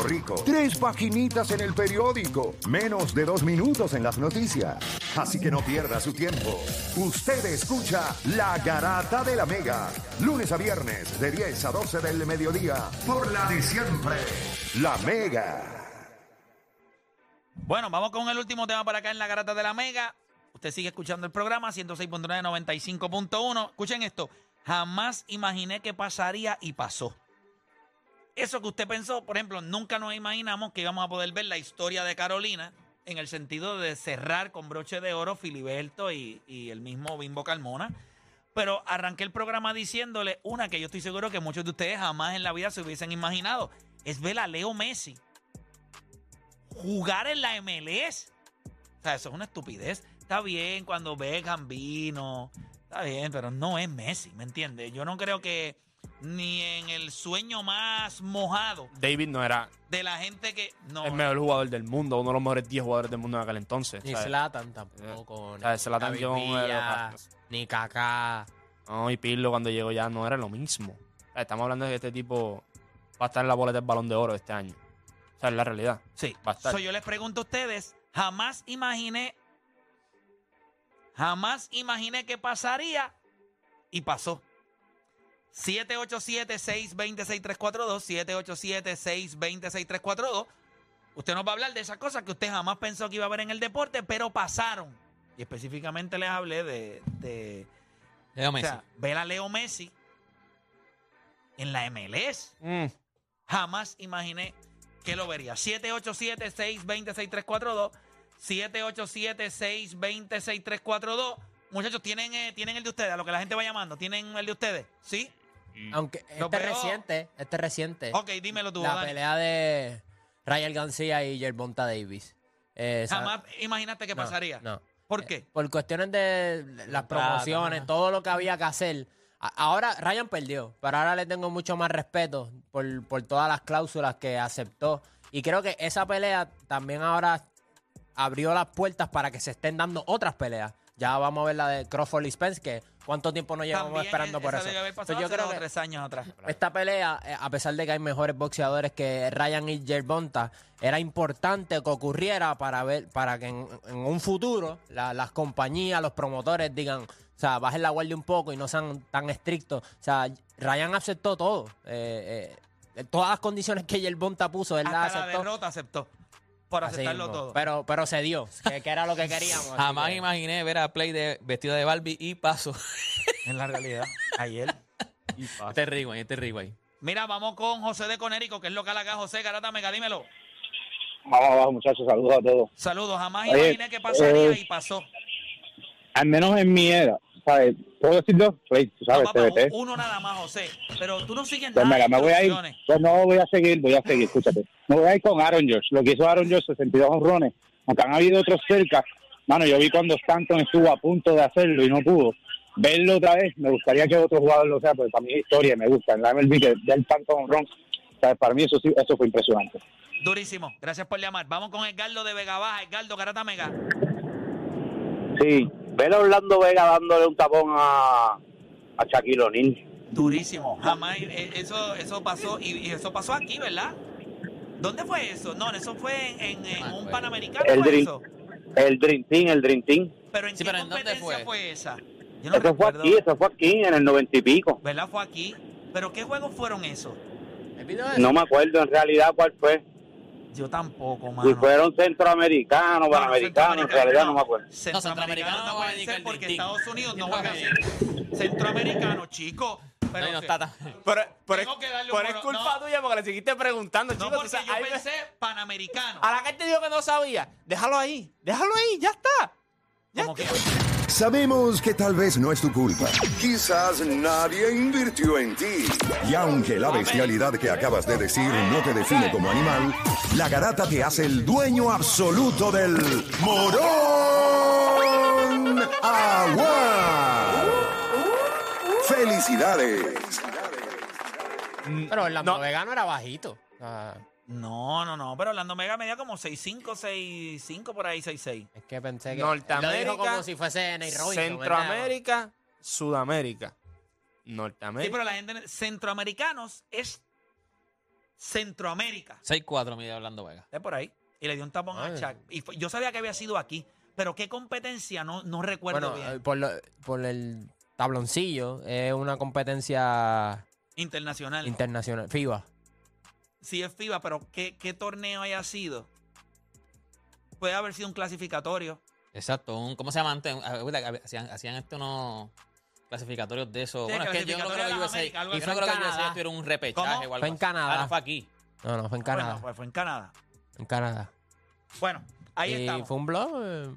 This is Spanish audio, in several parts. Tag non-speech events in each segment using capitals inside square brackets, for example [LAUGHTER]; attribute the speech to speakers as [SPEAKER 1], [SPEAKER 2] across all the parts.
[SPEAKER 1] Rico. Tres paginitas en el periódico. Menos de dos minutos en las noticias. Así que no pierda su tiempo. Usted escucha La Garata de la Mega. Lunes a viernes de 10 a 12 del mediodía. Por la de siempre. La Mega.
[SPEAKER 2] Bueno, vamos con el último tema para acá en la garata de la Mega. Usted sigue escuchando el programa 106.9, 95.1. Escuchen esto. Jamás imaginé que pasaría y pasó. Eso que usted pensó, por ejemplo, nunca nos imaginamos que íbamos a poder ver la historia de Carolina en el sentido de cerrar con broche de oro Filiberto y, y el mismo Bimbo Carmona. Pero arranqué el programa diciéndole una que yo estoy seguro que muchos de ustedes jamás en la vida se hubiesen imaginado. Es ver a Leo Messi jugar en la MLS. O sea, eso es una estupidez. Está bien cuando Beckham vino. Está bien, pero no es Messi, ¿me entiendes? Yo no creo que ni en el sueño más mojado
[SPEAKER 3] David no era
[SPEAKER 2] de la gente que... No,
[SPEAKER 3] el mejor jugador del mundo, uno de los mejores 10 jugadores del mundo en aquel entonces.
[SPEAKER 4] Ni
[SPEAKER 3] ¿sabes?
[SPEAKER 2] eh,
[SPEAKER 4] Zlatan tampoco.
[SPEAKER 3] O sea, Zlatan
[SPEAKER 4] David
[SPEAKER 3] llegó con el-
[SPEAKER 4] Villa, Ni Kaká.
[SPEAKER 3] No, y Pirlo cuando llegó ya no era lo mismo. O sea, Estamos hablando de que este tipo va a estar en la boleta del balón de oro este año. O sea, es la realidad.
[SPEAKER 2] Sí.
[SPEAKER 3] Va a estar.
[SPEAKER 2] So, yo les pregunto a ustedes, jamás imaginé, jamás imaginé que pasaría y pasó. 787-620-6342, 787-620-6342. Usted nos va a hablar de esas cosas que usted jamás pensó que iba a ver en el deporte, pero pasaron. Y específicamente les hablé de, de
[SPEAKER 4] Leo
[SPEAKER 2] o
[SPEAKER 4] Messi.
[SPEAKER 2] sea, ver a Leo Messi en la MLS.
[SPEAKER 3] Mm.
[SPEAKER 2] Jamás imaginé que lo vería. 787-620-6342. 787-620-6342. Muchachos, ¿tienen, eh, tienen el de ustedes, a lo que la gente va llamando. ¿Tienen el de ustedes? ¿Sí?
[SPEAKER 4] Aunque
[SPEAKER 2] mm. Lo
[SPEAKER 4] este es
[SPEAKER 2] veo-
[SPEAKER 4] reciente, este es reciente.
[SPEAKER 2] Ok, dímelo tú,
[SPEAKER 4] la
[SPEAKER 2] Dani.
[SPEAKER 4] pelea de Ryan García y Gervonta Davis. Eh, esa-
[SPEAKER 2] Jamás imaginaste que
[SPEAKER 4] no,
[SPEAKER 2] pasaría.
[SPEAKER 4] No.
[SPEAKER 2] ¿Por qué?
[SPEAKER 4] Eh, Por cuestiones de las promociones, todo lo que había que hacer. A- Ahora Ryan perdió, pero ahora le tengo mucho más respeto por, por todas las cláusulas que aceptó. Y creo que esa pelea también ahora abrió las puertas para que se estén dando otras peleas. Ya vamos a ver la de Crawford y Spence, que cuánto tiempo nos llevamos
[SPEAKER 2] También e-
[SPEAKER 4] esperando por
[SPEAKER 2] esa
[SPEAKER 4] eso.
[SPEAKER 2] debe haber
[SPEAKER 4] Entonces,
[SPEAKER 2] pasado
[SPEAKER 4] yo
[SPEAKER 2] hace
[SPEAKER 4] creo
[SPEAKER 2] dos o
[SPEAKER 4] que-
[SPEAKER 2] tres años atrás.
[SPEAKER 4] esta pelea, eh, a pesar de que hay mejores boxeadores que Ryan y Gervonta, era importante que ocurriera para ver, para que en, en un futuro la- las compañías, los promotores digan, o sea, bajen la guardia un poco y no sean tan estrictos. O sea, Ryan aceptó todo. eh, eh, todas las condiciones que Gervonta puso, él las
[SPEAKER 2] Hasta la
[SPEAKER 4] aceptó.
[SPEAKER 2] derrota aceptó. Por
[SPEAKER 4] Así
[SPEAKER 2] aceptarlo
[SPEAKER 4] mismo. Pues-
[SPEAKER 2] todo.
[SPEAKER 4] Pero, pero se dio, que, que era lo que queríamos. así
[SPEAKER 5] Jamás
[SPEAKER 4] que-
[SPEAKER 5] imaginé ver a Play de, vestido de Barbie y paso.
[SPEAKER 2] En la realidad, ayer.
[SPEAKER 3] Y pasa.
[SPEAKER 5] Este rewind, este rewind.
[SPEAKER 2] Mira, vamos con José de Conérico, que es local acá. José Garata Mega, dímelo.
[SPEAKER 6] Vamos abajo, muchachos, saludos a todos.
[SPEAKER 2] Saludos. Jamás
[SPEAKER 6] Oye,
[SPEAKER 2] imaginé que pasaría
[SPEAKER 6] eh,
[SPEAKER 2] y pasó.
[SPEAKER 6] Al menos en mi era, ¿sabes? ¿Puedo decir dos? Play, tú sabes,
[SPEAKER 2] No, papá,
[SPEAKER 6] TVT.
[SPEAKER 2] u- uno nada más, José. Pero tú no sigues
[SPEAKER 6] Pues
[SPEAKER 2] nada
[SPEAKER 6] mira,
[SPEAKER 2] de
[SPEAKER 6] me voy a ir,
[SPEAKER 2] instrucciones.
[SPEAKER 6] pues no voy a seguir, voy a seguir, escúchate. Me voy a ir con Aaron George, lo que hizo Aaron George, 62 honrones, aunque han habido otros cerca. Mano, yo vi cuando Stanton estuvo a punto de hacerlo y no pudo. Verlo otra vez, me gustaría que otro jugador lo sea, porque para mí es historia, me gusta. En la MLB, que del tanto honrón, ¿sabes? para mí eso sí, eso fue impresionante.
[SPEAKER 2] Durísimo. Gracias por llamar. Vamos con Edgardo de Vega Baja. Edgardo Garata Mega.
[SPEAKER 7] Sí, ver a Orlando Vega dándole un tapón a, a Shaquille O'Neal.
[SPEAKER 2] Durísimo. Jamás. eh, Eso, eso pasó. Y, y eso pasó aquí, ¿verdad? ¿Dónde fue eso? No, eso fue en, en- en
[SPEAKER 5] Ah,
[SPEAKER 2] un
[SPEAKER 5] bueno.
[SPEAKER 2] Panamericano.
[SPEAKER 7] El
[SPEAKER 2] fue
[SPEAKER 7] Dream.
[SPEAKER 2] eso.
[SPEAKER 7] El Dream Team, el Dream Team.
[SPEAKER 2] Pero ¿en
[SPEAKER 5] Sí,
[SPEAKER 2] qué
[SPEAKER 5] pero ¿en dónde
[SPEAKER 2] competencia fue?
[SPEAKER 5] fue?
[SPEAKER 2] esa? Yo no
[SPEAKER 7] Eso fue
[SPEAKER 2] recuerdo.
[SPEAKER 7] aquí, eso fue aquí, en el noventa y pico.
[SPEAKER 2] ¿Verdad? Fue aquí. ¿Pero qué juegos fueron esos?
[SPEAKER 4] Me pido eso.
[SPEAKER 7] No me acuerdo en realidad cuál fue.
[SPEAKER 2] Yo tampoco,
[SPEAKER 7] Si
[SPEAKER 2] mano.
[SPEAKER 7] fueron centroamericanos,
[SPEAKER 2] No,
[SPEAKER 7] panamericanos, en
[SPEAKER 2] centroamericano
[SPEAKER 7] realidad no me acuerdo.
[SPEAKER 2] Centroamericano
[SPEAKER 5] centroamericano
[SPEAKER 2] no
[SPEAKER 5] no
[SPEAKER 2] puede
[SPEAKER 5] puede ni que
[SPEAKER 2] ser
[SPEAKER 5] el
[SPEAKER 2] porque
[SPEAKER 5] Tintín.
[SPEAKER 2] Estados Unidos no juega así. Centroamericano, chico. Pero
[SPEAKER 5] No, y no
[SPEAKER 2] sí.
[SPEAKER 5] está tan-
[SPEAKER 3] Pero, pero,
[SPEAKER 2] Tengo que
[SPEAKER 3] es,
[SPEAKER 2] darle un
[SPEAKER 3] pero es
[SPEAKER 2] bono.
[SPEAKER 3] culpa
[SPEAKER 2] No.
[SPEAKER 3] tuya porque le seguiste preguntando,
[SPEAKER 2] No,
[SPEAKER 3] chicos.
[SPEAKER 2] porque
[SPEAKER 3] o sea,
[SPEAKER 2] yo
[SPEAKER 3] ahí-
[SPEAKER 2] pensé panamericano.
[SPEAKER 3] A la gente dijo que no sabía. Déjalo ahí, déjalo ahí, ya está. Ya
[SPEAKER 2] Como que-
[SPEAKER 1] Sabemos que tal vez no es tu culpa. Quizás nadie invirtió en ti. Y aunque la bestialidad que acabas de decir no te define como animal, la garata te hace el dueño absoluto del morón agua. ¡Felicidades!
[SPEAKER 4] Pero Orlando
[SPEAKER 3] No.
[SPEAKER 4] Vega no era bajito. O sea,
[SPEAKER 2] No, no, no. Pero Orlando Mega medía como 6'5, 6'5, por ahí 6'6.
[SPEAKER 4] es que pensé que
[SPEAKER 3] Norteamérica,
[SPEAKER 4] lo dijo como si fuese Nate Robinson, ¿verdad?
[SPEAKER 3] Centroamérica, Sudamérica,
[SPEAKER 2] Sí,
[SPEAKER 3] Norteamérica.
[SPEAKER 2] pero la gente. Centroamericanos es Centroamérica.
[SPEAKER 5] 6-4 mide Orlando Vega.
[SPEAKER 2] De por ahí. Y le dio un tapón a
[SPEAKER 4] Ay.
[SPEAKER 2] Shaq. Y fue- yo sabía que había sido aquí, pero qué competencia no, no recuerdo
[SPEAKER 4] Bueno, eh,
[SPEAKER 2] bien.
[SPEAKER 4] por, lo- por el tabloncillo, es una competencia
[SPEAKER 2] Internacional.
[SPEAKER 4] internacional, FIBA.
[SPEAKER 2] sí es FIBA, pero ¿qué, qué torneo haya sido? Puede haber sido un clasificatorio.
[SPEAKER 5] Exacto. un- ¿Cómo se llama antes? Un- acuérdate que Hacían, hacían esto unos clasificatorios de eso.
[SPEAKER 2] Sí,
[SPEAKER 5] bueno, es que yo no creo
[SPEAKER 2] clasificatorio
[SPEAKER 5] que
[SPEAKER 2] de las
[SPEAKER 5] USA,
[SPEAKER 2] Américas, algo
[SPEAKER 5] yo
[SPEAKER 2] así.
[SPEAKER 5] no creo que
[SPEAKER 4] Fue en
[SPEAKER 5] USA
[SPEAKER 4] Canadá.
[SPEAKER 5] tuviera un repechaje
[SPEAKER 2] ¿Cómo?
[SPEAKER 5] o algo
[SPEAKER 4] Fue en
[SPEAKER 5] así.
[SPEAKER 4] Canadá.
[SPEAKER 5] Ah, no, fue aquí.
[SPEAKER 4] No, no, fue en Canadá.
[SPEAKER 2] Bueno, pues fue en Canadá.
[SPEAKER 4] En Canadá.
[SPEAKER 2] Bueno, ahí
[SPEAKER 4] y
[SPEAKER 2] estamos.
[SPEAKER 4] fue un blog. eh,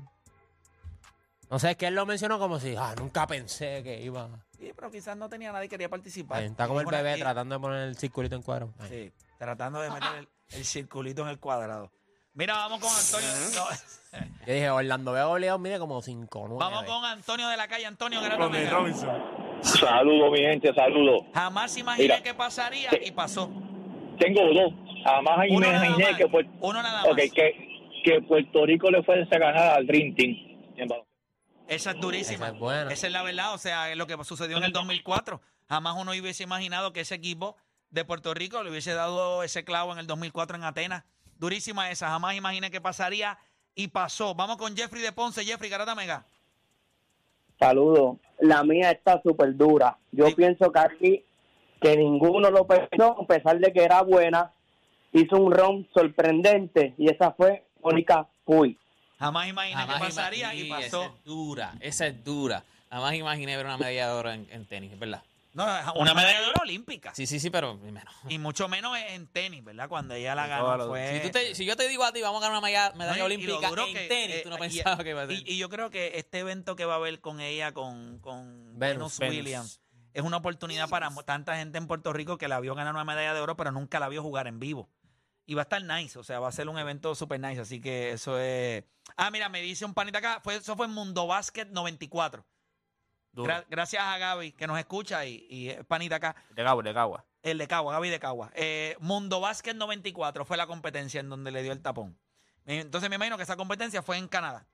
[SPEAKER 4] No sé, es que él lo mencionó como si, ah, nunca pensé que iba.
[SPEAKER 2] Sí, pero quizás no tenía nadie que quería participar.
[SPEAKER 4] Ahí está como el
[SPEAKER 2] Bueno,
[SPEAKER 4] bebé
[SPEAKER 2] y-
[SPEAKER 4] tratando de poner el circulito en cuadro. Ahí.
[SPEAKER 2] Sí, tratando de meter el, el circulito en el cuadrado. Mira, vamos con Antonio. no,
[SPEAKER 4] Yo dije, Orlando veo obligado, mire como 5 9
[SPEAKER 2] vamos con Antonio de la calle. Antonio, gracias.
[SPEAKER 6] Saludos, mi gente, saludos.
[SPEAKER 2] Jamás imaginé
[SPEAKER 6] Mira.
[SPEAKER 2] que pasaría y pasó.
[SPEAKER 6] Tengo dos. Además,
[SPEAKER 2] Uno
[SPEAKER 6] Jiménez
[SPEAKER 2] nada
[SPEAKER 6] Inés,
[SPEAKER 2] más.
[SPEAKER 6] que, Puer-
[SPEAKER 2] Uno nada más.
[SPEAKER 6] ok, que, que Puerto Rico le fue esa ganada al Dream Team. en baloncesto.
[SPEAKER 2] Esa es durísima.
[SPEAKER 4] Esa es buena.
[SPEAKER 2] la verdad. O sea, es lo que sucedió en el 2004. Jamás uno hubiese imaginado que ese equipo de Puerto Rico le hubiese dado ese clavo en el 2004 en Atenas. Durísima esa. Jamás imaginé que pasaría y pasó. Vamos con Jeffrey de Ponce. Jeffrey, Garata Mega.
[SPEAKER 8] Saludos. La mía está súper dura. Yo
[SPEAKER 2] Sí.
[SPEAKER 8] pienso que aquí, que ninguno lo pensó, a pesar de que era buena, hizo un ron sorprendente y esa fue Mónica Puy.
[SPEAKER 2] Jamás imaginé
[SPEAKER 5] Jamás
[SPEAKER 2] que pasaría
[SPEAKER 5] imagi-
[SPEAKER 2] y
[SPEAKER 5] Sí,
[SPEAKER 2] pasó.
[SPEAKER 5] Esa es dura. Esa es dura. Jamás imaginé ver una medalla de oro en, en tenis, es verdad.
[SPEAKER 2] No, una medalla de oro olímpica.
[SPEAKER 5] Sí, sí, sí, pero menos.
[SPEAKER 2] Y mucho menos en tenis, ¿verdad? Cuando ella la
[SPEAKER 3] todas
[SPEAKER 2] ganó
[SPEAKER 3] las-
[SPEAKER 2] fue...
[SPEAKER 5] Si, tú te- si yo te digo a ti, vamos a ganar una medalla,
[SPEAKER 2] Eh, No, y-
[SPEAKER 5] medalla
[SPEAKER 2] y lo
[SPEAKER 5] olímpica
[SPEAKER 2] duro
[SPEAKER 5] en
[SPEAKER 2] que,
[SPEAKER 5] tenis,
[SPEAKER 2] eh,
[SPEAKER 5] tú no
[SPEAKER 2] y-
[SPEAKER 5] pensabas que iba a ser.
[SPEAKER 2] y, y yo creo que este evento que va a haber con ella, con, con Venus,
[SPEAKER 4] Venus, Venus.
[SPEAKER 2] Williams, es una oportunidad para mo- tanta gente en Puerto Rico que la vio ganar una medalla de oro, pero nunca la vio jugar en vivo. Y va a estar nice, o sea, va a ser un evento super nice, así que eso es... Ah, mira, me dice un panita acá, fue, eso fue en Mundo Basket 94.
[SPEAKER 3] Duro.
[SPEAKER 2] Gra- gracias a Gaby que nos escucha y, y es panita acá.
[SPEAKER 3] De Cagua, de Cagua.
[SPEAKER 2] El de Cagua, Gaby de Cagua. Eh, Mundo Básquet 94 fue la competencia en donde le dio el tapón. Eh, Entonces me imagino que esa competencia fue en Canadá.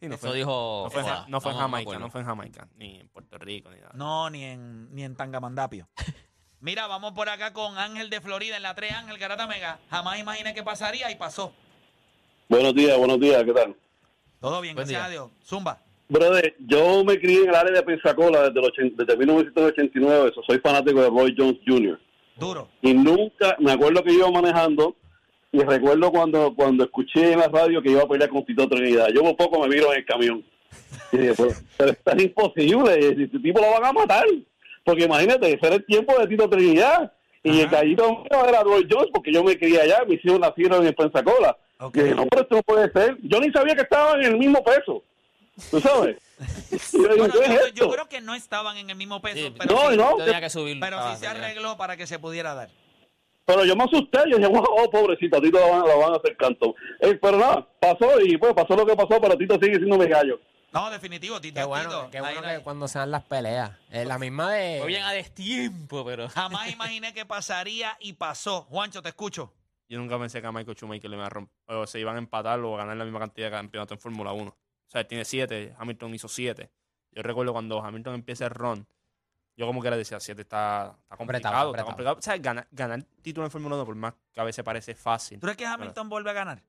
[SPEAKER 3] Y no
[SPEAKER 5] Eso
[SPEAKER 3] fue-
[SPEAKER 5] dijo.
[SPEAKER 3] no fue en Ja-
[SPEAKER 5] Oda.
[SPEAKER 3] no fue en
[SPEAKER 5] No, no me
[SPEAKER 3] Jamaica,
[SPEAKER 5] acuerdo.
[SPEAKER 3] no fue en Jamaica, ni en Puerto Rico, ni nada.
[SPEAKER 2] No, ni en, ni en
[SPEAKER 4] [LAUGHS]
[SPEAKER 2] Tangamandapio. Mira, vamos por acá con Ángel de Florida en la 3, Ángel Garata Mega. Jamás imaginé que pasaría y pasó.
[SPEAKER 7] Buenos días, buenos días, ¿qué tal?
[SPEAKER 2] Todo bien,
[SPEAKER 5] Buen
[SPEAKER 2] gracias
[SPEAKER 5] día.
[SPEAKER 2] a Dios. Zumba.
[SPEAKER 7] Brother, yo me crié en el área de Pensacola desde, el 80 desde 1989, eso, soy fanático de Roy Jones Jr.
[SPEAKER 2] Duro.
[SPEAKER 7] Y nunca, me acuerdo que iba manejando y recuerdo cuando cuando escuché en la radio que iba a pelear con Tito Trinidad. Yo por poco me miro en el camión. Y dije, pero, pero esto es imposible, este tipo lo van a matar. Porque imagínate, ese era el tiempo de Tito Trinidad. Y el gallito mío era Roy Jones porque yo me crié allá, mis hijos nacieron en Pensacola.
[SPEAKER 2] Ok.
[SPEAKER 7] Y dije, no, pero esto no puede ser. Yo ni sabía que estaban en el mismo peso.
[SPEAKER 2] [LAUGHS]
[SPEAKER 7] ¿Tú sabes? Y yo, digo,
[SPEAKER 2] Bueno,
[SPEAKER 7] ¿qué
[SPEAKER 2] yo,
[SPEAKER 7] es
[SPEAKER 2] yo
[SPEAKER 7] esto?
[SPEAKER 2] creo que no estaban en el mismo peso,
[SPEAKER 5] Sí,
[SPEAKER 2] pero,
[SPEAKER 7] no,
[SPEAKER 2] sí,
[SPEAKER 7] no.
[SPEAKER 5] Tenía que subir.
[SPEAKER 2] pero sí
[SPEAKER 5] Ah,
[SPEAKER 2] se
[SPEAKER 5] tenía-
[SPEAKER 2] arregló para que se pudiera dar.
[SPEAKER 7] Pero yo me asusté, yo dije, wow, oh, pobrecito, a Tito la van, la van a hacer canto. Eh, pero nada, pasó y pues pasó lo que pasó, pero Tito sigue siendo mi gallo.
[SPEAKER 2] No, definitivo, Tito.
[SPEAKER 4] Qué bueno,
[SPEAKER 2] Tito.
[SPEAKER 4] qué
[SPEAKER 2] Ahí
[SPEAKER 4] bueno
[SPEAKER 2] no
[SPEAKER 4] que
[SPEAKER 2] hay-
[SPEAKER 4] cuando se dan las peleas. Eh, la misma de.
[SPEAKER 5] Fue bien a destiempo,
[SPEAKER 2] [LAUGHS]
[SPEAKER 5] pero.
[SPEAKER 2] Jamás imaginé que pasaría y pasó. Juancho, te escucho.
[SPEAKER 3] Yo nunca pensé que a Michael Schumacher le iban a romper, o se iban a empatar o ganar la misma cantidad de campeonatos en Fórmula 1. O sea, él tiene 7, Hamilton hizo 7. Yo recuerdo cuando Hamilton empieza el run, yo como que le decía, 7 está, está complicado,
[SPEAKER 4] Apretado,
[SPEAKER 3] está
[SPEAKER 4] apretado.
[SPEAKER 3] complicado. O sea, ganar, ganar título en Fórmula 1, por más que a veces parece fácil.
[SPEAKER 2] ¿Tú crees que Hamilton vuelve a ganar?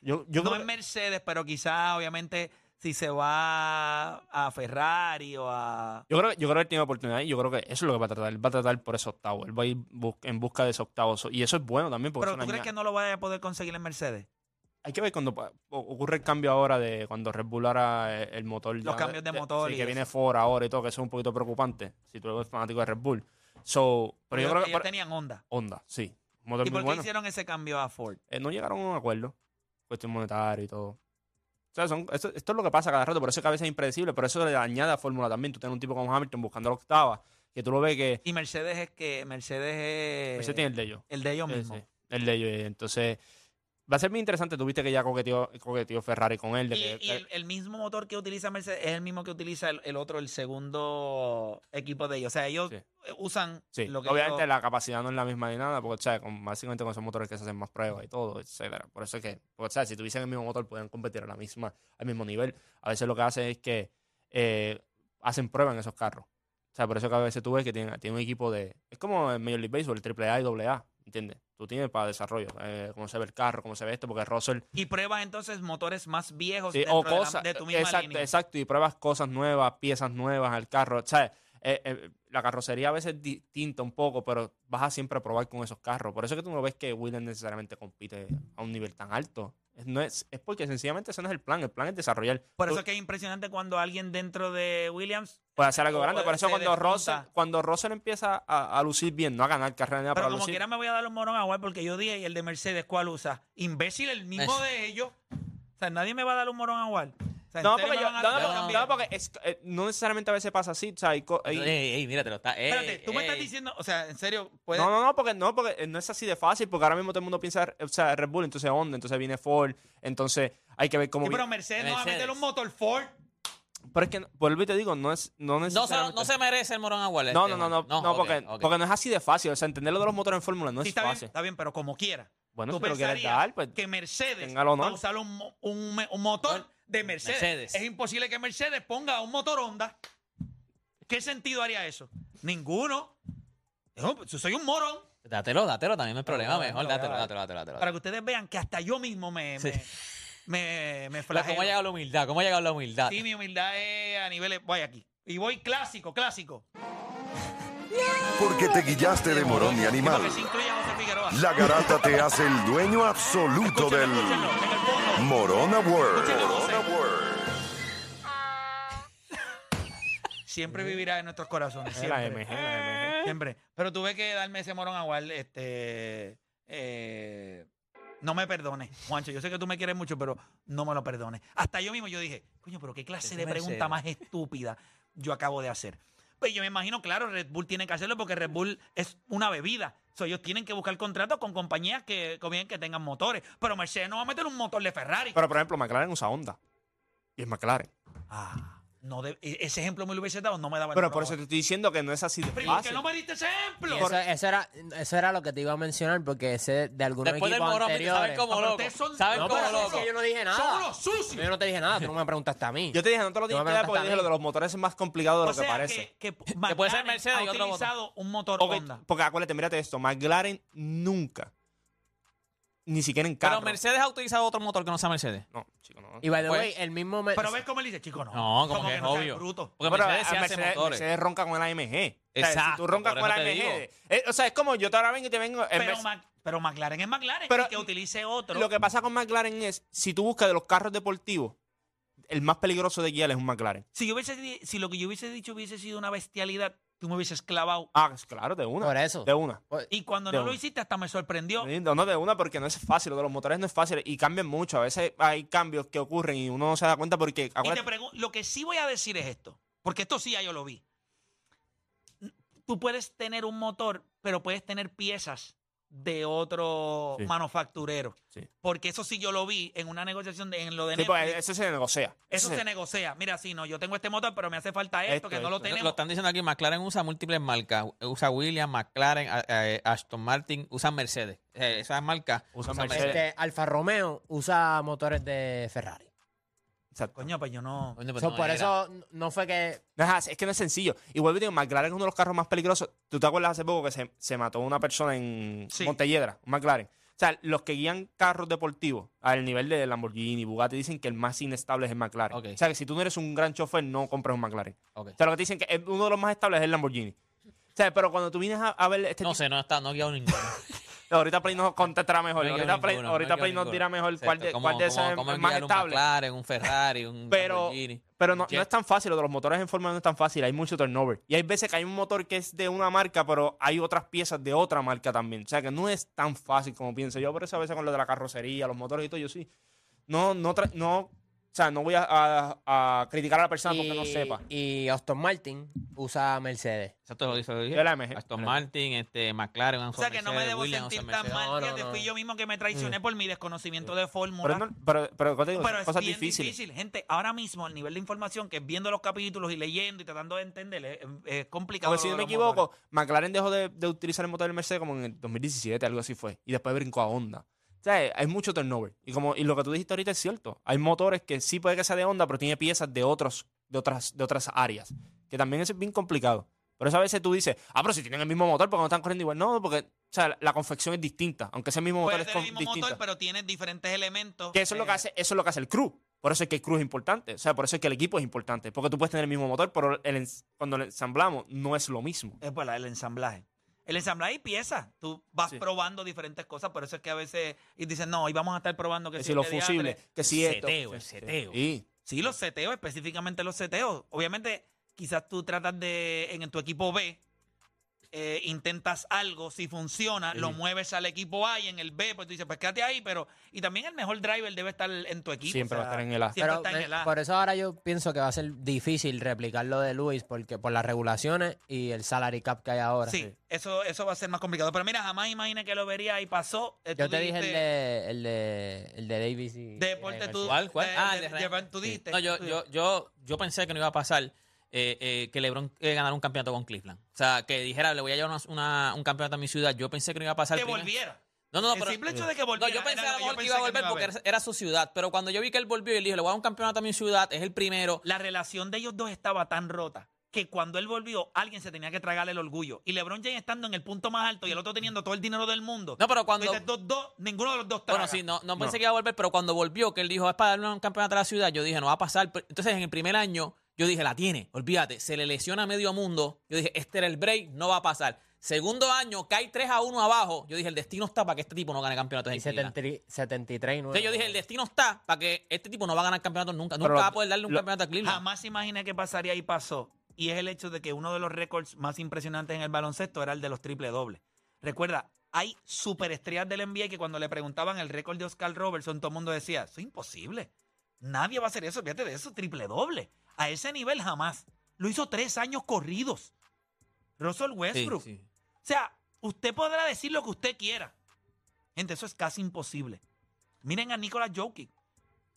[SPEAKER 3] Yo, yo
[SPEAKER 2] No
[SPEAKER 3] creo-
[SPEAKER 2] en Mercedes, pero quizás, obviamente, si se va a Ferrari o a.
[SPEAKER 3] Yo creo, yo creo que él tiene oportunidad y yo creo que eso es lo que va a tratar. Él va a tratar por ese octavo. Él va a ir bus- en busca de ese octavo. So- Y eso es bueno también. Porque
[SPEAKER 2] Pero
[SPEAKER 3] eso
[SPEAKER 2] tú
[SPEAKER 3] le
[SPEAKER 2] crees
[SPEAKER 3] añade-
[SPEAKER 2] que no lo vaya a poder conseguir en Mercedes.
[SPEAKER 3] Hay que ver cuando pa- o- ocurre el cambio ahora de cuando Red Bull ahora eh, el motor.
[SPEAKER 2] Los cambios de motor
[SPEAKER 3] sí,
[SPEAKER 2] y
[SPEAKER 3] que
[SPEAKER 2] eso.
[SPEAKER 3] viene Ford ahora y todo, que eso es un poquito preocupante. Si tú eres fanático de Red Bull. So, pero yo
[SPEAKER 2] Ellos-
[SPEAKER 3] creo que.
[SPEAKER 2] ellos
[SPEAKER 3] por-
[SPEAKER 2] tenían Honda.
[SPEAKER 3] Honda, sí. Un motor
[SPEAKER 2] ¿Y
[SPEAKER 3] muy
[SPEAKER 2] por qué
[SPEAKER 3] bueno.
[SPEAKER 2] hicieron ese cambio a Ford?
[SPEAKER 3] Eh, no llegaron a un acuerdo. Cuestión monetaria y todo. O sea, son, esto, esto es lo que pasa cada rato. Por eso es que a veces es impredecible. Pero eso le añade a Fórmula también. Tú tienes un tipo como Hamilton buscando la octava. Que tú lo ves que.
[SPEAKER 2] Y Mercedes es que. Mercedes es.
[SPEAKER 3] ese tiene el de ellos.
[SPEAKER 2] el de ellos
[SPEAKER 3] Sí,
[SPEAKER 2] mismos.
[SPEAKER 3] sí, el de ellos. eh, Entonces, va a ser muy interesante. Tuviste que ya coqueteó, coqueteó Ferrari con él. de
[SPEAKER 2] Y,
[SPEAKER 3] que-
[SPEAKER 2] y el, el mismo motor que utiliza Mercedes es el mismo que utiliza el, el otro, el segundo equipo de ellos. O sea, ellos
[SPEAKER 3] Sí.
[SPEAKER 2] eh, usan
[SPEAKER 3] sí,
[SPEAKER 2] lo que
[SPEAKER 3] Obviamente
[SPEAKER 2] ellos-
[SPEAKER 3] la capacidad no es la misma ni nada, porque o sea, con, básicamente con esos motores que se hacen más pruebas y todo, etcétera. Por eso es que, o sea, si tuviesen el mismo motor, pueden competir a la misma, al mismo nivel. A veces lo que hacen es que eh, hacen pruebas en esos carros. O sea, por eso que a veces tú ves que tiene, tiene un equipo de... Es como el Major League Baseball, el AAA y AA, ¿entiendes? Tú tienes para desarrollo, eh, cómo se ve el carro, cómo se ve esto, porque Russell...
[SPEAKER 2] Y pruebas entonces motores más viejos
[SPEAKER 3] Sí,
[SPEAKER 2] dentro
[SPEAKER 3] o
[SPEAKER 2] de la-
[SPEAKER 3] cosas, eh,
[SPEAKER 2] de, tu misma
[SPEAKER 3] exacto,
[SPEAKER 2] línea.
[SPEAKER 3] exacto, y pruebas cosas nuevas, piezas nuevas al carro. O sea, eh, eh, la carrocería a veces es distinta un poco, pero vas a siempre probar con esos carros. Por eso es que tú no ves que Williams necesariamente compite a un nivel tan alto. Es, no es, es porque sencillamente ese no es el plan. El plan es desarrollar.
[SPEAKER 2] Por
[SPEAKER 3] Tú-
[SPEAKER 2] eso es que es impresionante cuando alguien dentro de Williams.
[SPEAKER 3] puedes hacer algo grande.
[SPEAKER 2] o-
[SPEAKER 3] Por eso
[SPEAKER 2] se
[SPEAKER 3] cuando
[SPEAKER 2] despunta.
[SPEAKER 3] Russell, cuando Russell empieza a, a lucir bien, no a ganar carrera ni nada,
[SPEAKER 2] Pero
[SPEAKER 3] pero a
[SPEAKER 2] como
[SPEAKER 3] Ah, lucir.
[SPEAKER 2] quiera me voy a dar un morón a Juan porque yo dije, ¿y el de Mercedes cuál usa? Imbécil, el mismo
[SPEAKER 5] Es-
[SPEAKER 2] de ellos. O sea, nadie me va a dar un morón a Juan. O sea, ¿en
[SPEAKER 3] No,
[SPEAKER 2] serio
[SPEAKER 3] porque
[SPEAKER 2] me
[SPEAKER 3] yo-
[SPEAKER 2] van a
[SPEAKER 3] no,
[SPEAKER 2] dar
[SPEAKER 3] no,
[SPEAKER 2] un
[SPEAKER 3] no,
[SPEAKER 2] morón?
[SPEAKER 3] no, porque es- eh, no necesariamente a veces pasa así. O sea, hay co- hay-
[SPEAKER 5] Ey, ey, mírate, lo está. ey,
[SPEAKER 2] Espérate, tú me estás
[SPEAKER 5] ey.
[SPEAKER 2] diciendo, o sea, en serio, puedes.
[SPEAKER 3] eh, No, no, no, porque no, porque eh, no es así de fácil, porque ahora mismo todo el mundo piensa, o sea, Red Bull, entonces Honda, entonces viene Ford, entonces hay que ver cómo
[SPEAKER 2] Sí, pero
[SPEAKER 3] viene.
[SPEAKER 2] Mercedes, no va a
[SPEAKER 5] Mercedes.
[SPEAKER 2] meter un motor Ford.
[SPEAKER 3] Pero es que, no- vuelvo y te digo, no es, no
[SPEAKER 5] No se,
[SPEAKER 3] necesariamente.
[SPEAKER 5] no se merece el morón a Waller.
[SPEAKER 3] no,
[SPEAKER 5] este,
[SPEAKER 3] no, no, no,
[SPEAKER 5] Juan.
[SPEAKER 3] no,
[SPEAKER 5] ok,
[SPEAKER 3] porque,
[SPEAKER 5] ok.
[SPEAKER 3] porque no es así de fácil, o sea, entender lo de los motores en Fórmula no
[SPEAKER 2] Sí,
[SPEAKER 3] es
[SPEAKER 2] está bien,
[SPEAKER 3] fácil.
[SPEAKER 2] está bien, pero como quiera.
[SPEAKER 3] Bueno,
[SPEAKER 2] tú
[SPEAKER 3] si lo quieres
[SPEAKER 2] pensarías
[SPEAKER 3] dar, pues,
[SPEAKER 2] que Mercedes
[SPEAKER 3] tenga el honor.
[SPEAKER 2] va a usar un, mo- un me- un motor de Mercedes.
[SPEAKER 5] Mercedes.
[SPEAKER 2] Es imposible que Mercedes ponga un motor Honda. ¿Qué sentido haría eso? Ninguno. Yo yo soy un morón.
[SPEAKER 5] Datelo, datelo, también no hay problema.
[SPEAKER 3] bueno,
[SPEAKER 5] Mejor
[SPEAKER 3] lo voy a
[SPEAKER 5] datelo,
[SPEAKER 3] dar.
[SPEAKER 5] datelo, datelo, datelo.
[SPEAKER 2] Para que ustedes vean que hasta yo mismo me,
[SPEAKER 5] Sí.
[SPEAKER 2] me, me, me
[SPEAKER 5] Pero ¿Cómo ha
[SPEAKER 2] flagelo.
[SPEAKER 5] llegado la humildad? ¿Cómo ha llegado la humildad?
[SPEAKER 2] Sí, mi humildad es a niveles. Voy aquí. Y voy clásico, clásico.
[SPEAKER 1] Porque te guillaste de morón y
[SPEAKER 2] Sí,
[SPEAKER 1] animal.
[SPEAKER 2] Porque se incluye a José Figueroa.
[SPEAKER 1] La garata te hace el dueño absoluto
[SPEAKER 2] Escúchenlo,
[SPEAKER 1] del
[SPEAKER 2] escúchenlo, en el fondo.
[SPEAKER 1] Morona World.
[SPEAKER 2] Escúchenlo, José.
[SPEAKER 1] World.
[SPEAKER 2] Siempre vivirá en nuestros corazones.
[SPEAKER 3] ¿Eh? Es la
[SPEAKER 2] Siempre.
[SPEAKER 3] MG, la
[SPEAKER 5] ¿Eh?
[SPEAKER 3] MG.
[SPEAKER 2] Siempre. Pero tuve que darme ese morón a Wal, este. eh, no me perdones, Juancho. Yo sé que tú me quieres mucho, pero no me lo perdones. Hasta yo mismo yo dije, coño, pero qué clase
[SPEAKER 5] Es
[SPEAKER 2] de pregunta
[SPEAKER 5] Mercedes.
[SPEAKER 2] más estúpida yo acabo de hacer. Pues yo me imagino, claro, Red Bull tiene que hacerlo porque Red Bull es una bebida. So, ellos tienen que buscar contratos con compañías que, convienen que tengan motores. Pero Mercedes no va a meter un motor de Ferrari.
[SPEAKER 3] Pero, por ejemplo, McLaren usa Honda. Y es McLaren.
[SPEAKER 2] Ah, no de- e- ese ejemplo me lo hubiese dado, no me daba el
[SPEAKER 3] Pero
[SPEAKER 2] morón
[SPEAKER 3] por
[SPEAKER 2] a
[SPEAKER 3] eso
[SPEAKER 2] Wal.
[SPEAKER 3] te estoy diciendo que no es así de
[SPEAKER 2] Pero ¿y ¿por qué
[SPEAKER 3] fácil.
[SPEAKER 2] no me diste ese ejemplo?
[SPEAKER 4] Y eso, eso era, eso era lo que te iba a mencionar, porque ese de algunos
[SPEAKER 5] Después del
[SPEAKER 4] equipos
[SPEAKER 5] morón, viste, ¿saben
[SPEAKER 4] anteriores.
[SPEAKER 5] cómo
[SPEAKER 2] Pero
[SPEAKER 5] loco?
[SPEAKER 2] ustedes son-
[SPEAKER 5] ¿Saben
[SPEAKER 4] No,
[SPEAKER 2] cómo
[SPEAKER 5] como
[SPEAKER 4] pero
[SPEAKER 2] loco?
[SPEAKER 4] es que yo no dije nada.
[SPEAKER 2] Son unos sucios.
[SPEAKER 4] Yo no te dije nada, tú no me preguntaste a mí.
[SPEAKER 3] Yo te dije, no te lo
[SPEAKER 4] Tú me
[SPEAKER 3] tienes que dar
[SPEAKER 4] preguntaste
[SPEAKER 3] porque
[SPEAKER 4] a
[SPEAKER 3] dije
[SPEAKER 4] mí.
[SPEAKER 3] lo de los motores es más complicado de
[SPEAKER 2] O
[SPEAKER 3] lo que
[SPEAKER 2] sea,
[SPEAKER 3] parece.
[SPEAKER 2] que, que
[SPEAKER 5] Que puede ser
[SPEAKER 2] McLaren
[SPEAKER 5] Mercedes y
[SPEAKER 2] ha
[SPEAKER 5] otro
[SPEAKER 2] utilizado un motor
[SPEAKER 3] Ok,
[SPEAKER 2] Honda.
[SPEAKER 3] porque acuérdate, mírate esto, McLaren nunca, ni siquiera en carro.
[SPEAKER 5] Pero Mercedes ha utilizado otro motor que no sea Mercedes.
[SPEAKER 3] No, chico, no.
[SPEAKER 4] Y by the
[SPEAKER 5] Pues-
[SPEAKER 4] way, el mismo. me-
[SPEAKER 2] Pero ves cómo él dice, chico, no.
[SPEAKER 5] No, como, que,
[SPEAKER 2] que
[SPEAKER 5] es
[SPEAKER 2] no seas
[SPEAKER 5] obvio.
[SPEAKER 2] bruto.
[SPEAKER 5] Porque
[SPEAKER 3] Pero
[SPEAKER 5] Mercedes se
[SPEAKER 3] a- a
[SPEAKER 5] hace
[SPEAKER 3] Mercedes-
[SPEAKER 5] motores.
[SPEAKER 3] Mercedes ronca con el AMG. O sea, si
[SPEAKER 5] Exacto,
[SPEAKER 3] tú roncas
[SPEAKER 5] por
[SPEAKER 3] con el
[SPEAKER 5] eso te
[SPEAKER 3] AMG.
[SPEAKER 5] digo.
[SPEAKER 3] eh, o sea, es como yo te- ahora vengo y te vengo. eh,
[SPEAKER 2] Pero,
[SPEAKER 3] Merce-
[SPEAKER 2] Mac- pero McLaren es McLaren.
[SPEAKER 3] Pero-
[SPEAKER 2] y que utilice otro.
[SPEAKER 3] lo que pasa con McLaren es, si tú buscas de los carros deportivos, el más peligroso de guiar es un McLaren.
[SPEAKER 2] si, yo hubiese, di- si lo que yo hubiese dicho hubiese sido una bestialidad, tú me hubieses clavado.
[SPEAKER 3] Ah, es claro, de una.
[SPEAKER 4] Por eso.
[SPEAKER 3] De una.
[SPEAKER 2] Y cuando
[SPEAKER 3] de
[SPEAKER 2] no lo
[SPEAKER 3] una.
[SPEAKER 2] hiciste, hasta me sorprendió.
[SPEAKER 3] No, no, de una porque no es fácil. Lo de los motores no es fácil y cambian mucho. A veces hay cambios que ocurren y uno no se da cuenta porque.
[SPEAKER 2] Y te
[SPEAKER 3] acuérdate-
[SPEAKER 2] pregun- lo que sí voy a decir es esto, porque esto sí ya yo lo vi. Tú puedes tener un motor, pero puedes tener piezas de otro
[SPEAKER 3] Sí.
[SPEAKER 2] manufacturero.
[SPEAKER 3] Sí.
[SPEAKER 2] Porque eso sí yo lo vi en una negociación de, en lo de
[SPEAKER 3] Sí, pues,
[SPEAKER 2] Netflix.
[SPEAKER 3] eso se negocia.
[SPEAKER 2] eso se
[SPEAKER 3] negocia.
[SPEAKER 2] negocia. Mira, sí, no, yo tengo este motor, pero me hace falta esto,
[SPEAKER 3] Esto,
[SPEAKER 2] que no lo
[SPEAKER 3] esto.
[SPEAKER 5] Lo- Lo
[SPEAKER 2] tenemos.
[SPEAKER 5] están diciendo aquí, McLaren usa múltiples marcas. Usa Williams, McLaren, a- eh, Aston Martin, usan Mercedes. Eh, esas marcas
[SPEAKER 3] Usan
[SPEAKER 5] usan
[SPEAKER 3] Mercedes.
[SPEAKER 5] Mercedes.
[SPEAKER 4] Este, Alfa Romeo usa motores de Ferrari.
[SPEAKER 3] Exacto.
[SPEAKER 2] Coño, pues yo no.
[SPEAKER 5] Coño, pero
[SPEAKER 4] So,
[SPEAKER 5] no
[SPEAKER 4] por
[SPEAKER 5] era.
[SPEAKER 4] eso no fue que.
[SPEAKER 3] No, es- es que no es sencillo. Y vuelvo y te digo, McLaren es uno de los carros más peligrosos. ¿Tú te acuerdas hace poco que se, se mató una persona en
[SPEAKER 2] Sí.
[SPEAKER 3] Montelledra, un McLaren? O sea, los que guían carros deportivos al nivel de Lamborghini, Bugatti, dicen que el más inestable es el McLaren.
[SPEAKER 5] Ok.
[SPEAKER 3] O sea, que si tú no eres un gran chofer, no compres un McLaren.
[SPEAKER 5] Ok.
[SPEAKER 3] O sea, lo que te dicen que es uno de los más estables es el Lamborghini. O sea, pero cuando tú vienes a, a ver este
[SPEAKER 5] No
[SPEAKER 3] tipo-
[SPEAKER 5] sé, no está, no he guiado ninguno.
[SPEAKER 3] No, [LAUGHS] ahorita Play nos contestará mejor.
[SPEAKER 5] No he guiado
[SPEAKER 3] ahorita Play,
[SPEAKER 5] ninguno, no he
[SPEAKER 3] ahorita
[SPEAKER 5] guiado
[SPEAKER 3] Play nos
[SPEAKER 5] ninguno.
[SPEAKER 3] dirá mejor
[SPEAKER 5] Exacto,
[SPEAKER 3] cuál de,
[SPEAKER 5] cómo-
[SPEAKER 3] cuál de
[SPEAKER 5] cómo-
[SPEAKER 3] esas
[SPEAKER 5] cómo
[SPEAKER 3] es más
[SPEAKER 5] enviar Un
[SPEAKER 3] estable.
[SPEAKER 5] McLaren, un Ferrari, un
[SPEAKER 3] Pero,
[SPEAKER 5] Lamborghini.
[SPEAKER 3] pero no,
[SPEAKER 5] Jet.
[SPEAKER 3] no es tan fácil, lo de los motores en Fórmula no es tan fácil, hay mucho turnover. Y hay veces que hay un motor que es de una marca, pero hay otras piezas de otra marca también. O sea que no es tan fácil como pienso yo. Por eso a veces con lo de la carrocería, los motores y todo, yo sí. No, no, tra- no, o sea, no voy a, a- a criticar a la persona porque no
[SPEAKER 4] y-
[SPEAKER 3] sepa.
[SPEAKER 4] Y Aston Martin usa Mercedes.
[SPEAKER 5] Exacto, lo dice. lo dije.
[SPEAKER 3] Yo la MG.
[SPEAKER 5] Aston Martin, este, McLaren,
[SPEAKER 2] O sea, que no me debo sentir tan mal
[SPEAKER 4] No,
[SPEAKER 2] que
[SPEAKER 4] no,
[SPEAKER 2] te
[SPEAKER 4] no.
[SPEAKER 2] fui yo mismo que me traicioné por mi desconocimiento de fórmula.
[SPEAKER 3] Mm. Pero, no- pero, pero, ¿cómo te digo?
[SPEAKER 2] Pero
[SPEAKER 3] Son
[SPEAKER 2] es
[SPEAKER 3] cosas
[SPEAKER 2] bien
[SPEAKER 3] difíciles.
[SPEAKER 2] difícil, gente. Ahora mismo, el nivel de información que es viendo los capítulos y leyendo y tratando de entender es, es complicado.
[SPEAKER 3] Porque si
[SPEAKER 2] lo
[SPEAKER 3] no
[SPEAKER 2] de
[SPEAKER 3] me
[SPEAKER 2] los
[SPEAKER 3] equivoco,
[SPEAKER 2] motores.
[SPEAKER 3] McLaren dejó de, de utilizar el motor del Mercedes como en el 2017, algo así fue. Y después brincó a Honda. O sea, hay mucho turnover. Y como y lo que tú dijiste ahorita es cierto. Hay motores que sí puede que sea de Honda, pero tiene piezas de otros, de otras, de otras áreas. Que también eso es bien complicado. Por eso a veces tú dices, ah, pero si tienen el mismo motor, porque no están corriendo igual? No, porque o sea, la, la confección es distinta, aunque ese mismo motor
[SPEAKER 2] Puede
[SPEAKER 3] es
[SPEAKER 2] tener el
[SPEAKER 3] con-
[SPEAKER 2] mismo
[SPEAKER 3] distinta.
[SPEAKER 2] motor, pero tiene diferentes elementos.
[SPEAKER 3] Que eso es lo que
[SPEAKER 2] Eh,
[SPEAKER 3] hace, eso es lo que hace el crew. Por eso es que el crew es importante. O sea, por eso es que el equipo es importante. Porque tú puedes tener el mismo motor, pero el ens- cuando lo ensamblamos no es lo mismo.
[SPEAKER 2] Es para el ensamblaje. El ensamblaje y piezas. Tú vas
[SPEAKER 3] Sí.
[SPEAKER 2] probando diferentes cosas, por eso es que a veces y dicen, no, hoy vamos a estar probando que
[SPEAKER 3] Que
[SPEAKER 2] sí,
[SPEAKER 3] si los
[SPEAKER 2] este
[SPEAKER 3] fusibles,
[SPEAKER 2] diantre".
[SPEAKER 3] que si esto.
[SPEAKER 2] Seteo, el
[SPEAKER 3] Sí, sí.
[SPEAKER 2] seteo.
[SPEAKER 3] Y-
[SPEAKER 2] Sí, los seteos, específicamente los seteos. Obviamente, quizás tú tratas de, en tu equipo B, eh, intentas algo, si funciona, lo
[SPEAKER 3] Ujú.
[SPEAKER 2] mueves al equipo A y en el B, pues tú dices, pues quédate ahí, pero... Y también el mejor driver debe estar en tu equipo.
[SPEAKER 3] Siempre
[SPEAKER 2] o
[SPEAKER 3] va a
[SPEAKER 2] sea,
[SPEAKER 3] estar en el A.
[SPEAKER 2] Siempre
[SPEAKER 4] Pero
[SPEAKER 2] está en
[SPEAKER 4] me-
[SPEAKER 2] el A.
[SPEAKER 4] por eso ahora yo pienso que va a ser difícil replicar lo de Luis porque por las regulaciones y el salary cap que hay ahora.
[SPEAKER 2] Sí, eso, eso va a ser más complicado. Pero mira, jamás imaginé que lo vería y pasó. Eh,
[SPEAKER 4] Yo
[SPEAKER 2] tú
[SPEAKER 4] te dije el
[SPEAKER 2] dijiste-
[SPEAKER 4] de, el de, el de Davis y...
[SPEAKER 2] Deporte,
[SPEAKER 4] y-
[SPEAKER 2] tú.
[SPEAKER 5] ¿Cuál? ¿Cuál?
[SPEAKER 2] de-
[SPEAKER 5] Ah,
[SPEAKER 2] de-
[SPEAKER 5] de
[SPEAKER 2] de-
[SPEAKER 5] Ryan.
[SPEAKER 2] tú
[SPEAKER 5] Sí.
[SPEAKER 2] dijiste.
[SPEAKER 5] No, yo,
[SPEAKER 2] tú-
[SPEAKER 5] yo, yo, yo pensé que no iba a pasar eh, eh, que LeBron eh, ganara un campeonato con Cleveland. O sea, que dijera, le voy a llevar una- una- un campeonato a mi ciudad. Yo pensé que no iba a pasar.
[SPEAKER 2] que
[SPEAKER 5] primero.
[SPEAKER 2] volviera.
[SPEAKER 5] No, no, no,
[SPEAKER 2] El
[SPEAKER 5] pero-
[SPEAKER 2] simple hecho de que
[SPEAKER 5] No,
[SPEAKER 2] volviera.
[SPEAKER 5] yo pensé
[SPEAKER 2] era
[SPEAKER 5] a
[SPEAKER 2] lo
[SPEAKER 5] lo
[SPEAKER 2] que
[SPEAKER 5] mejor que
[SPEAKER 2] yo
[SPEAKER 5] iba
[SPEAKER 2] pensé
[SPEAKER 5] a
[SPEAKER 2] que
[SPEAKER 5] volver
[SPEAKER 2] no
[SPEAKER 5] porque
[SPEAKER 2] haber.
[SPEAKER 5] era- era su ciudad. Pero cuando yo vi que él volvió y le dije, le voy a dar un campeonato a mi ciudad, es el primero.
[SPEAKER 2] La relación de ellos dos estaba tan rota que cuando él volvió, alguien se tenía que tragar el orgullo. Y LeBron James estando en el punto más alto y el otro teniendo todo el dinero del mundo.
[SPEAKER 5] No, pero cuando.
[SPEAKER 2] Entonces, dos, dos, ninguno de los dos traga.
[SPEAKER 5] Bueno, sí, no, no pensé que iba a volver, pero cuando volvió, que él dijo, es para darle un campeonato a la ciudad, yo dije, no va a pasar. Pero- Entonces, en el primer año, yo dije, la tiene, olvídate, se le lesiona a medio mundo. Yo dije, este era el break, no va a pasar. Segundo año, cae 3 a 1 abajo. Yo dije, el destino está para que este tipo no gane campeonatos
[SPEAKER 4] y
[SPEAKER 5] en Cleveland.
[SPEAKER 4] 73 73 y nueve.
[SPEAKER 5] Entonces, yo dije, el destino está para que este tipo no va a ganar campeonatos nunca.
[SPEAKER 3] Pero
[SPEAKER 5] Nunca
[SPEAKER 3] lo-
[SPEAKER 5] va a poder darle un
[SPEAKER 3] lo-
[SPEAKER 5] campeonato a Cleveland.
[SPEAKER 2] Jamás imaginé que pasaría y pasó. Y es el hecho de que uno de los récords más impresionantes en el baloncesto era el de los triple dobles. Recuerda, hay superestrellas del NBA que cuando le preguntaban el récord de Oscar Robertson, todo el mundo decía, eso es imposible. Nadie va a hacer eso, fíjate de eso, triple doble. A ese nivel jamás. Lo hizo tres años corridos. Russell
[SPEAKER 5] Sí,
[SPEAKER 2] Westbrook.
[SPEAKER 5] sí.
[SPEAKER 2] O sea, usted podrá decir lo que usted quiera. Gente, eso es casi imposible. Miren a Nicolas Jokic,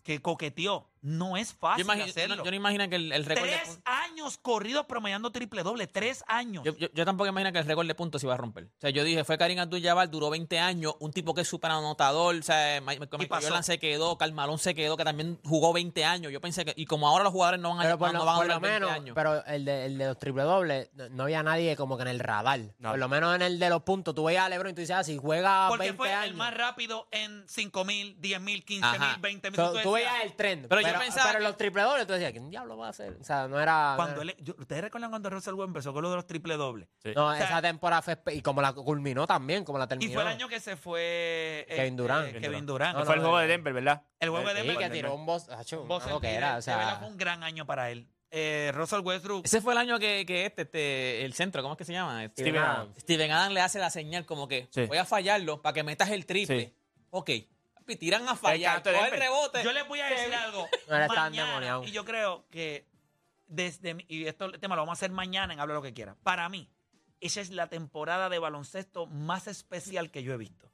[SPEAKER 2] que coqueteó. No es
[SPEAKER 5] Yo,
[SPEAKER 2] fácil
[SPEAKER 5] imagino- yo
[SPEAKER 2] hacerlo.
[SPEAKER 5] no, yo no imagino que el, el récord de
[SPEAKER 2] Tres
[SPEAKER 5] puntos-
[SPEAKER 2] años corridos promediando triple doble. Tres años.
[SPEAKER 5] yo, yo- yo tampoco imagino que el récord de puntos se iba a romper. O sea, yo dije, fue Karim Abdul-Jabbar, duró 20 años, un tipo que es súper anotador, o sea, Ma- Michael
[SPEAKER 2] pasó?
[SPEAKER 5] Jordan se quedó, Karl Malone se quedó, que también jugó 20 años. Yo pensé que, y como ahora los jugadores no van a,
[SPEAKER 4] Pero por
[SPEAKER 5] no
[SPEAKER 4] lo,
[SPEAKER 5] van a
[SPEAKER 4] por
[SPEAKER 5] durar
[SPEAKER 4] lo
[SPEAKER 5] 20
[SPEAKER 4] menos,
[SPEAKER 5] años.
[SPEAKER 4] pero el de, el de los triple dobles, no, no había nadie como que en el radar.
[SPEAKER 3] No.
[SPEAKER 4] Por lo menos en el de los puntos, tú veías a LeBron y tú dices, ah, si juega
[SPEAKER 2] Porque
[SPEAKER 4] 20
[SPEAKER 2] fue el
[SPEAKER 4] años. Ah.
[SPEAKER 2] más rápido en 5 mil, 10 mil, 15
[SPEAKER 5] Ajá.
[SPEAKER 2] mil, 20 mil. Tú
[SPEAKER 4] So,
[SPEAKER 2] decías,
[SPEAKER 4] tú veías el trend.
[SPEAKER 5] Pero yo pensaba
[SPEAKER 4] pero
[SPEAKER 5] que-
[SPEAKER 4] los triple dobles, tú decías, ¿quién diablo va a hacer? O sea, no era.
[SPEAKER 2] cuando
[SPEAKER 4] no-
[SPEAKER 2] él- yo- ¿Ustedes recuerdan cuando Russell Westbrook empezó con lo de los triple dobles?
[SPEAKER 4] No,
[SPEAKER 2] o sea-
[SPEAKER 4] esa temporada fue. espe- Y como la culminó también, como la
[SPEAKER 2] Y
[SPEAKER 4] terminó.
[SPEAKER 2] fue el año que se fue eh,
[SPEAKER 4] Kevin Durant.
[SPEAKER 2] eh, Kevin Durant.
[SPEAKER 4] No,
[SPEAKER 3] fue el juego
[SPEAKER 4] eh,
[SPEAKER 3] de Denver, ¿verdad?
[SPEAKER 2] El juego de
[SPEAKER 4] Sí,
[SPEAKER 2] Denver.
[SPEAKER 4] que tiró un boss. acho, una
[SPEAKER 2] Boston
[SPEAKER 4] loquera,
[SPEAKER 2] Tigers,
[SPEAKER 4] o
[SPEAKER 2] de verdad
[SPEAKER 4] sea,
[SPEAKER 2] fue un gran año para él. Eh, Russell Westbrook.
[SPEAKER 5] Ese fue el año que, que este, este, el centro, ¿cómo es que se llama? Este,
[SPEAKER 3] Steven Adams.
[SPEAKER 5] Steven Adams le hace la señal como que
[SPEAKER 3] Sí.
[SPEAKER 5] voy a fallarlo para que metas el triple.
[SPEAKER 3] Sí.
[SPEAKER 5] Ok. Y tiran a fallar,
[SPEAKER 3] canto de
[SPEAKER 5] coge el
[SPEAKER 3] Denver.
[SPEAKER 5] rebote.
[SPEAKER 2] Yo les voy a decir algo.
[SPEAKER 4] No eres tan
[SPEAKER 2] Mañana,
[SPEAKER 4] endemoniado.
[SPEAKER 2] Y yo creo que desde mi- y esto el tema lo vamos a hacer mañana en hablo lo que quiera. Para mí, esa es la temporada de baloncesto más especial que yo he visto.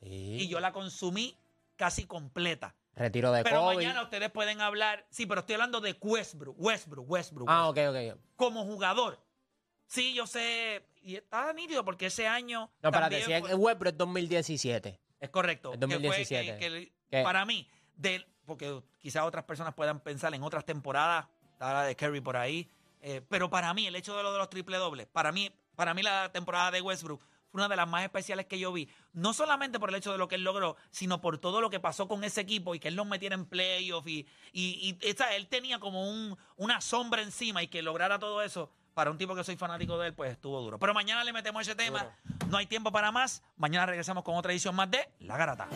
[SPEAKER 4] sí.
[SPEAKER 2] Y yo la consumí casi completa.
[SPEAKER 4] Retiro de
[SPEAKER 2] Pero
[SPEAKER 4] Kobe.
[SPEAKER 2] mañana ustedes pueden hablar. Sí, pero estoy hablando de Westbrook, Westbrook, Westbrook.
[SPEAKER 4] Ah, ok, ok.
[SPEAKER 2] Como jugador. Sí, yo sé. Y está nítido porque ese año.
[SPEAKER 4] No, espérate,
[SPEAKER 2] también
[SPEAKER 4] si es
[SPEAKER 2] fue-
[SPEAKER 4] el Westbrook es 2017.
[SPEAKER 2] es correcto.
[SPEAKER 4] El
[SPEAKER 2] que fue
[SPEAKER 4] 2017.
[SPEAKER 2] que- que-
[SPEAKER 4] ¿Qué?
[SPEAKER 2] para mí, del- porque quizás otras personas puedan pensar en otras temporadas, está la de Kerry por ahí, eh, pero para mí el hecho de lo de los triple dobles, para mí, para mí la temporada de Westbrook fue una de las más especiales que yo vi, no solamente por el hecho de lo que él logró, sino por todo lo que pasó con ese equipo y que él los metiera en playoff y, y, y, esa- él tenía como un, una sombra encima y que lograra todo eso. Para un tipo que soy fanático de él, pues estuvo duro. Pero mañana le metemos ese tema. No hay tiempo para más. Mañana regresamos con otra edición más de La Garata.